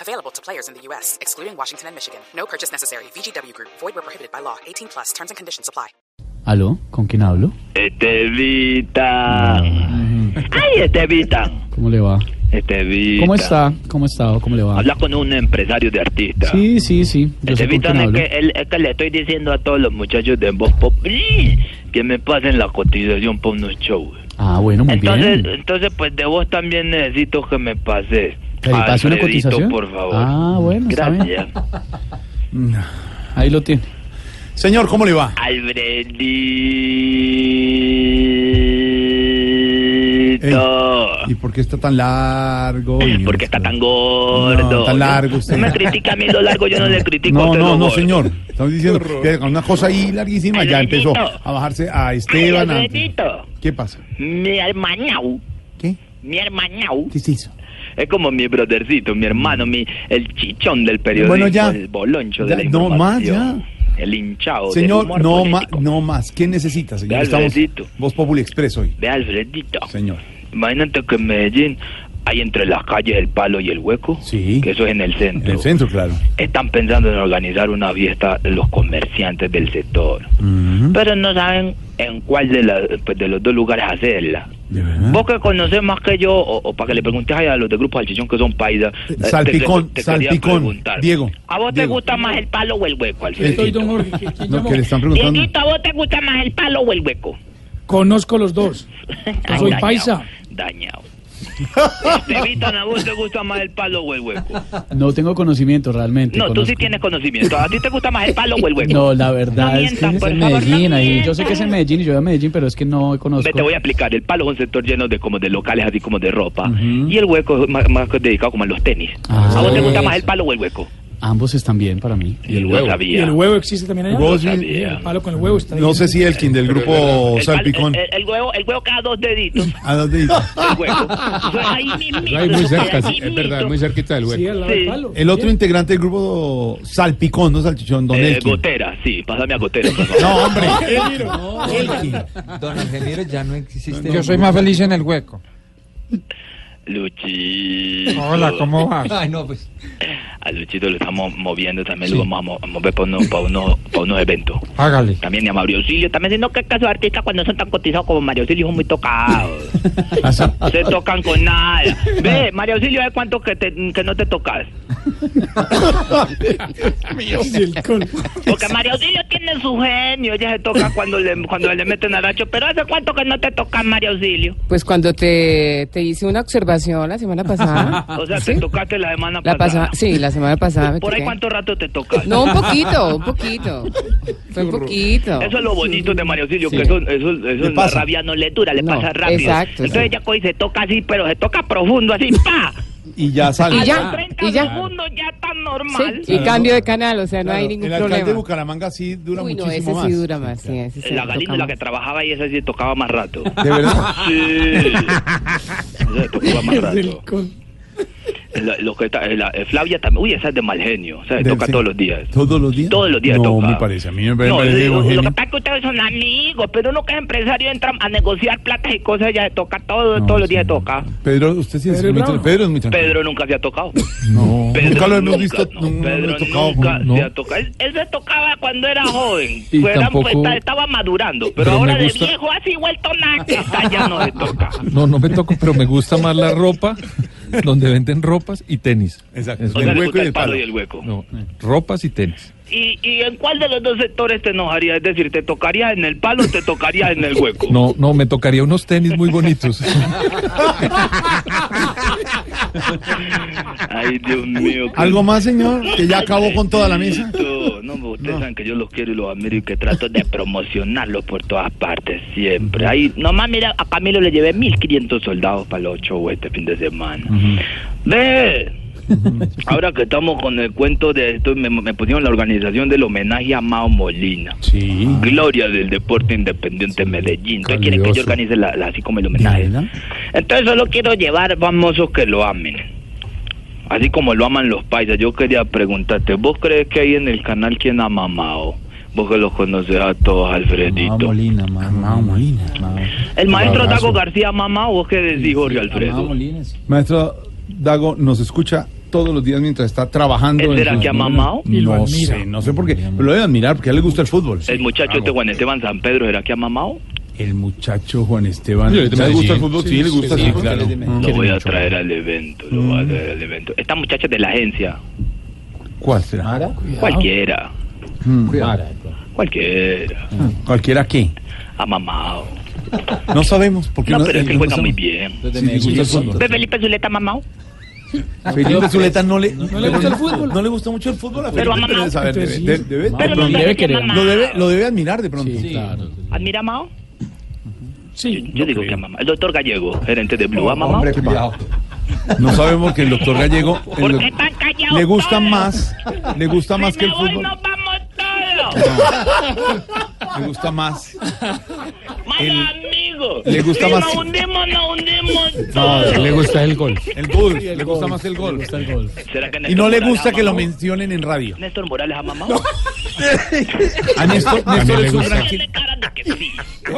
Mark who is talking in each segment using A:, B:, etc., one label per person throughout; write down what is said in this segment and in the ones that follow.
A: Available to players in the U.S., excluding Washington and Michigan. No purchase necessary. VGW Group, void were prohibited by law. 18 plus terms and conditions apply.
B: ¿Aló? ¿Con quién hablo?
C: Estevita. Eh,
B: Mm.
C: Ay, eh, Estevita.
B: ¿Cómo le va?
C: Estevita.
B: ¿Cómo está? ¿Cómo está? ¿Cómo le va?
C: Eh, Habla con un empresario de artistas.
B: Sí, sí, sí. Yo sé con
C: Estevita,
B: quién
C: es
B: hablo.
C: que, el- es que le estoy diciendo a todos los muchachos de Voz Pop ¡ih! que me pasen la cotización por unos shows.
B: Ah, bueno, muy
C: Entonces,
B: bien.
C: entonces, pues de vos también necesito que me pases.
B: ¿Que ¿Le pasó una
C: Alfredito,
B: cotización?
C: por favor.
B: Ah, bueno, está bien.
C: Gracias.
B: Ahí lo tiene.
D: Señor, ¿cómo le va?
C: Alfredito.
D: ¿Y por qué está tan largo? y-
C: Porque está tan gordo.
D: No, tan largo usted.
C: No me critica a mí lo largo, yo no le critico a
D: No,
C: usted
D: no,
C: lo
D: no,
C: gordo.
D: señor. Estamos diciendo que con una cosa ahí larguísima ya empezó a bajarse a Esteban.
C: Ay,
D: a-
C: Alfredito,
D: ¿Qué pasa?
C: mi hermanao,
D: ¿Qué?
C: mi hermanao,
D: ¿Qué se hizo?
C: es como mi brothercito, mi hermano, mi, el chichón del periodismo,
D: Bueno, ya.
C: el boloncho de
D: Ya,
C: la
D: no más,
C: información, el hinchado del
D: Señor,
C: humor
D: no, ma-
C: político.
D: no más. ¿Qué necesita, señor?
C: Ve,
D: Estamos
C: Alfredito.
D: Voz Populi Express hoy,
C: Ve, Alfredito,
D: señor.
C: imagínate que en Medellín hay entre las calles el palo y el hueco,
D: Sí.
C: que eso es en el
D: En
C: centro.
D: el centro, claro.
C: Están pensando en organizar una fiesta de los comerciantes del sector. Pero no saben en cuál de, la- pues, de los dos lugares hacerla.
D: ¿De verdad?
C: Vos que conocés más que yo, o, o para que le preguntes a los de Grupo Salchichón que son paisas. eh, te-
D: Salpicón,
C: te quería
D: salpicón,
C: preguntar.
D: Diego,
C: ¿A vos te
D: Diego.
C: gusta más el palo o el hueco, Alfredito?
D: Estoy, don No, que le están preguntando.
C: Dieguito, ¿a vos te gusta más el palo o el hueco?
E: Conozco los dos.
C: Ay,
E: soy
C: dañado,
E: paisa.
C: Dañado. Estevitan, Este, ¿a vos te gusta más el palo o el hueco?
B: No tengo conocimiento realmente.
C: No, tú sí
B: conozco.
C: tienes conocimiento. ¿A ti te gusta más el palo o el hueco?
B: No, la verdad
C: No
B: es que
C: mientas,
B: es
C: por
B: en
C: favor, no
B: Medellín. ahí. Yo sé
C: mientas.
B: que es en Medellín y yo voy a Medellín, pero es que no conozco.
C: Ve, te voy a aplicar. El palo es un sector lleno de como de locales así como de ropa. Y el hueco es más, más dedicado como a los tenis.
B: Ah,
C: ¿A vos te gusta
B: eso.
C: más el palo o el hueco?
B: Ambos están bien para mí.
C: Y el huevo.
E: ¿Y el huevo existe también allá?
D: Rosy,
C: sabía.
E: El palo con el huevo está
D: no sé si Elkin del grupo
C: El, palo-
D: Salpicón.
C: el- el- el huevo, el huevo cada dos deditos.
D: ¿A dónde dice?
C: El hueco. Eso es ahí mismito,
F: Ahí muy
C: eso queda
F: cerca,
C: ahí
F: sí, es verdad,
C: mismito.
F: muy cerquita del hueco.
E: Sí, al lado
C: Sí.
E: del palo.
D: El otro integrante del grupo Salpicón, no Salchichón, Don
C: Eh,
D: Elkin.
C: gotera, sí, pásame a gotera. por favor.
D: No, hombre. Elkin.
G: Don Angelino ya no existe.
F: Yo soy más feliz en el hueco.
C: Luchito.
F: Hola, ¿cómo vas?
G: Ay, no, pues.
C: A Luchito lo estamos moviendo también, lo vamos a mo- a mover para unos, para unos, para unos eventos.
F: Hágale.
C: También y a Mario Auxilio, también sino que casos artistas cuando son tan cotizados como Mario Auxilio son muy tocados. se tocan con nada. Ve, Mario Auxilio, ¿sabes cuánto que, te- que no te tocas? Porque Mario Auxilio tiene su genio, ella se toca cuando le, cuando le meten aracho, pero ¿hace cuánto que no te tocas, Mario Auxilio?
H: Pues cuando te, te hice una observación la semana pasada.
C: O sea, te
H: Ah, ¿sí?
C: tocaste la semana
H: La
C: pasada.
H: pasada, sí, la semana pasada. me
C: ¿Por ahí
H: toqué.
C: cuánto rato te tocas?
H: No, un poquito, un poquito. Fue un poquito.
C: Eso es lo bonito de Mario Silio,
H: Sí.
C: que eso, eso, eso la
D: pasa.
C: rabia no le dura, le
H: No,
C: pasa rápido.
H: exacto,
C: Entonces
H: sí.
C: ya coge y se toca así, pero se toca profundo, así, ¡pa!
D: Y ya sale.
H: Y
C: A
H: ya,
C: los 30
H: y ya.
C: segundos ya está normal.
H: Sí, y
D: Ah.
H: cambio de canal, o sea, no hay
D: Claro,
H: ningún
D: el alcalde de
H: problema.
D: Bucaramanga sí dura
H: Uy, no,
D: muchísimo
H: ese
D: más.
H: sí dura más. Sí, ese sí
C: La
H: lo
C: galina, la
H: tocamos.
C: que trabajaba ahí, esa sí tocaba más rato.
D: De verdad.
C: Sí. Esa se tocaba más rato.
E: Con-
C: La- lo que está- la- eh, Flavia también. Uy, esa es de mal genio. O sea, se
D: Del-
C: toca
D: sí.
C: todos los días.
D: ¿Todos los días?
C: Todos los días
D: No,
C: toca.
D: me parece. A mí me
C: No,
D: parece
C: lo,
D: un
C: lo
D: genio.
C: que pasa es que ustedes son amigos, pero uno que es empresario entra a negociar platas y cosas, ya se toca todo,
D: No,
C: todos los días
D: sí.
C: se toca.
D: Pedro, usted sí es
E: Pedro
D: muy
E: Bravo.
D: tranquilo. Pedro es muy tranquilo.
C: Pedro nunca se ha tocado.
D: No.
C: Pedro
D: nunca lo hemos
C: nunca,
D: visto.
C: no,
D: nunca lo
C: Pedro
D: he tocado.
C: nunca
D: no.
C: se ha tocado. Él, él se tocaba cuando era joven.
F: Y
C: Pues era- pues,
F: tampoco-
C: esta- estaba madurando. Pero,
F: Pero me
C: ahora de
F: gusta-
C: viejo así vuelto nada. esta ya no se toca.
F: No, no me toco, pero me gusta más la ropa, donde venden ropas y tenis.
D: Exacto.
F: Es
C: O
D: El
F: bueno.
C: sea, le
D: hueco
C: gusta
D: y
C: el
D: el
C: palo
D: palo.
C: y el hueco.
F: No, ropas y tenis.
C: ¿Y, ¿Y en cuál de los dos sectores te enojaría? Es decir, ¿te tocaría en el palo o te tocaría en el hueco?
F: No, no, me tocaría unos tenis muy bonitos.
C: Ay, Dios mío. qué-
D: ¿Algo más, señor? Que ya acabó con toda la mesa.
C: No, no, ustedes saben que yo los quiero y los admiro y que trato de promocionarlos por todas partes siempre. Ahí, nomás mira, a Camilo le llevé 1500 soldados para los shows este fin de semana. Ve, Ahora que estamos con el cuento de esto, me, me pusieron la organización del homenaje a Mao Molina.
B: Sí.
C: Gloria del deporte independiente Medellín. Entonces quieren que yo
F: Calioso.
C: organice la, la- así como el homenaje.
B: Nada.
C: Entonces solo quiero llevar famosos que lo amen. Así como lo aman los paisas. Yo quería preguntarte, ¿vos crees que hay en el canal quien ama a Mao? Vos que los conoces a todos,
G: Mao
C: Alfredito.
G: Molina, Mao
B: Mao Molina.
C: El maestro
D: Un abrazo.
C: Dago García ama a Mao, vos qué decís, Jorge
G: Mao
C: Alfredo.
G: Molina, sí.
D: Maestro Dago nos escucha todos los días mientras está trabajando.
C: ¿Él
D: en
C: será
D: sus-
C: que ama a Mao?
E: Y lo
D: No
E: admira.
D: sé, no sé por qué. Pero lo debe admirar porque a él le gusta el fútbol.
C: El muchacho este Juan Esteban San Pedro, ¿será que ama a Mao?
D: El muchacho Juan Esteban.
F: Sí,
D: ¿Le
F: es de Medellín.
D: gusta el fútbol? Sí, le gusta
F: sí,
D: el
F: claro.
D: fútbol.
G: Mm.
C: Lo voy a traer al evento, lo voy a traer al evento. Estas muchachas de la agencia,
D: ¿Cuál será?
G: Mara,
C: cualquiera,
G: Mara.
C: cualquiera,
D: ¿Cualquiera qué?
C: ama a Mao.
D: No sabemos. Porque
C: No, pero es que
D: no
C: juega muy
D: sabemos.
C: bien.
G: Los de
D: Sí, le gusta el
G: Medellín.
D: fútbol.
C: ¿Ve Felipe Zuleta ama a Mao?
D: Felipe Zuleta no le, no
E: le gusta el fútbol.
D: No le gusta mucho el fútbol a Felipe.
C: ama
D: debe
C: Mao.
D: saber, debe-
E: Entonces,
D: debe- debe-
C: Pero
D: de
C: no
D: pronto-
C: sabe
B: debe
C: que ama
B: querer.
C: a
D: lo, debe,
C: Mao.
D: lo debe admirar de pronto.
C: ¿Admira a Mao?
E: Sí.
C: Yo digo que ama a Mao. El doctor Gallego, gerente de Blue, ama a Mao.
G: Hombre, cuidado.
D: No sabemos que el doctor Gallego en
C: ¿Por
D: lo-
C: qué tan callado?
D: le gusta más, le gusta más que el fútbol.
C: nos vamos todos.
D: Le gusta más.
C: Malos amigos.
D: le gusta
C: si
D: más-
C: nos hundimos, nos hundimos
D: No,
C: todos.
B: Le gusta el golf.
D: El golf, le gusta más el golf.
C: ¿Será que
D: Y no
C: Néstor
D: le
C: Morales
D: gusta
C: ama
D: que
C: a
D: lo
C: Mao?
D: mencionen en radio.
C: Néstor Morales ama a Mao.
D: A Néstor, Néstor es un gran-
C: Tiene cara de que sí.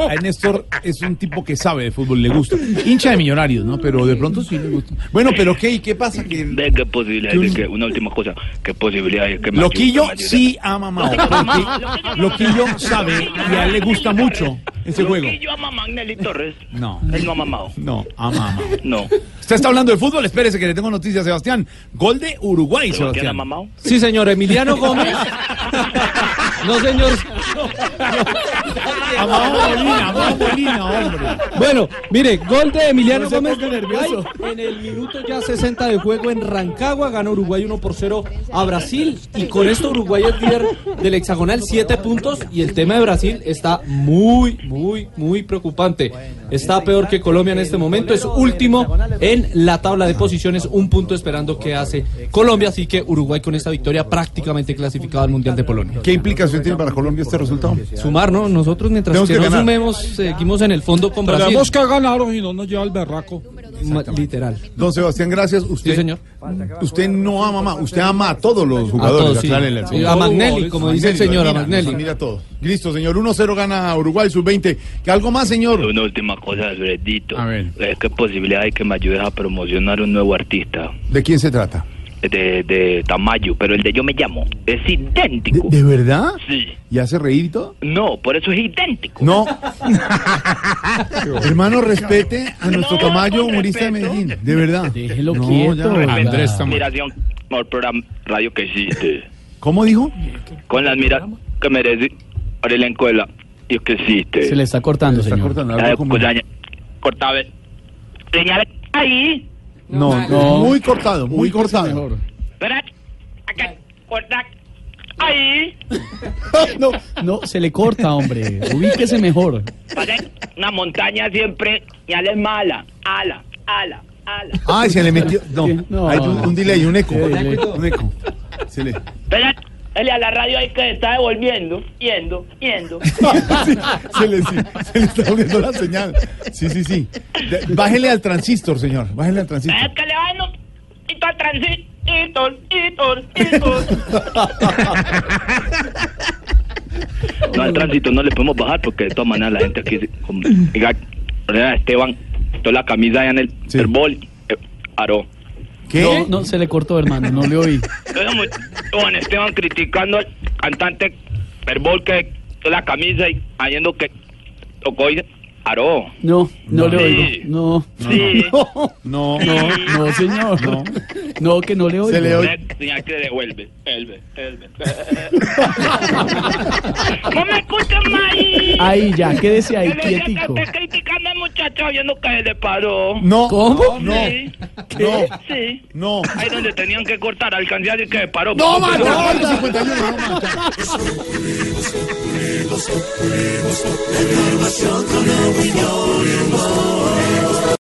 D: a Néstor es un tipo que sabe de fútbol, le gusta. Hincha de millonarios, ¿no? Pero de pronto sí le gusta. Bueno, pero ¿qué? ¿Y qué pasa? Que
C: Ve qué posibilidad hay de que una última cosa, qué posibilidad hay de que
D: Loquillo
C: Matthew-
D: sí ama a Mao. porque Loquillo sabe y a él le gusta mucho ese juego.
C: Loquillo ama a Magnelli Torres.
D: No.
C: Él no ama a Mao.
D: No, ama a Mao.
C: No.
D: Usted está hablando de fútbol, espérese que le tengo noticias, Sebastián. Gol de Uruguay,
C: ¿Sebastián
D: Sebastián.
C: ama a Mao?
G: Sí, señor, Emiliano Gómez. No, señor.
D: A Mao Molina, a Mao Molina, hombre.
G: Bueno, mire, gol de Emiliano
D: No se
G: Gómez
D: ponga
G: de
D: nervioso.
G: Uruguay. En el minuto ya 60 de juego en Rancagua ganó Uruguay 1 por 0 a Brasil y con esto Uruguay es líder del hexagonal 7 puntos y el tema de Brasil está muy muy muy preocupante. Está peor que Colombia en este momento, es último en la tabla de posiciones, un punto esperando que hace Colombia, así que Uruguay con esta victoria prácticamente clasificado al Mundial de Polonia.
D: ¿Qué implicación tiene para Colombia este resultado?
G: Sumar, ¿no? Nosotros mientras
D: Tenemos
G: que,
D: que
G: no
D: ganar.
G: sumemos, seguimos en el fondo con Brasil.
F: Tenemos que ganar y no nos lleva el berraco.
G: Ma- Literal.
D: Don Sebastián, gracias. Usted,
G: Sí, señor.
D: Usted no ama a Mao, usted ama a todos los
G: A
D: jugadores.
G: todos, sí.
D: aclárele al
G: Sí,
D: señor.
G: A Magnelli, como dice el
D: Magnelli,
G: señor, a
D: mira, nos
G: Magnelli.
D: Mira todo. Listo, señor. 1-0 gana Uruguay, sub-20. ¿Qué algo más, señor?
C: Una última cosa, Alfredito.
D: A ver.
C: Es que posibilidad hay que me ayudes a promocionar un nuevo artista
D: ¿De quién se trata?
C: de, de Tamayo, pero el de Yo Me Llamo es
D: ¿De,
C: idéntico.
D: de verdad?
C: Sí.
D: ¿Y hace reír y todo?
C: No, por eso es idéntico.
D: No. Hermano, respete a nuestro
C: No,
D: Tamayo,
C: con
D: humorista de
C: respeto.
D: Medellín. De verdad.
B: Déjelo
D: no,
B: quieto.
D: ya,
B: Respeto.
D: Andrés Tamayo.
C: Admiración por programa radio que hiciste.
D: ¿Cómo dijo?
C: Con la admiración que merece por el elenco de la radio que hiciste.
B: Se le está cortando,
D: Está
B: señor.
D: cortando
C: Ay,
D: algo como-
C: pues, daña- cortaba el- señala ahí.
D: No, no. Muy cortado, muy cortado.
B: Mejor.
C: Espera, acá, corta ahí.
B: No, no, se le corta, hombre. Ubíquese mejor.
C: Parece una montaña siempre, señal es mala. Ala, ala, ala.
D: Ah, se le metió. No,
B: Sí, no.
D: hay un, un delay, un eco.
B: delay.
D: Un eco. Se le-
C: Espera, dale a la radio ahí que se está devolviendo, yendo, yendo.
D: Sí, se, le, sí, se le está volviendo la señal. Sí, sí, sí. De- Bájele al transistor, señor. Bájele al transistor.
C: Es que le van un poquito al transitor, itor, itor. No, al tránsito no le podemos bajar porque de todas maneras la gente aquí, se- como- diga, poner a Esteban, toda la camisa allá en el
D: Sí.
C: Superbowl, eh, Aro.
D: ¿Qué?
B: No, no, se le cortó, hermano. No le oí.
C: Era muy- Don Esteban criticando al cantante Superbowl que toda la camisa y haciendo que tocó y Aro.
B: No, no, le
C: Sí.
B: oigo. No.
C: Sí.
D: No,
B: No, no, señor. No, que no le oigo.
D: Se le oye.
C: Ve, señal que devuelve. Vuelve, vuelve. No me escuchen más ahí.
B: Ahí ya, quédese ahí
C: Yo le dije que
B: quietico.
C: Estoy criticando al muchacho viendo que se le paró.
D: No.
B: ¿Cómo?
D: No.
C: Sí.
D: No.
C: Sí.
D: No.
C: Ahí donde tenían que cortar, alcancé a decir que se paró.
D: No, mata, mata. 51, no, mata.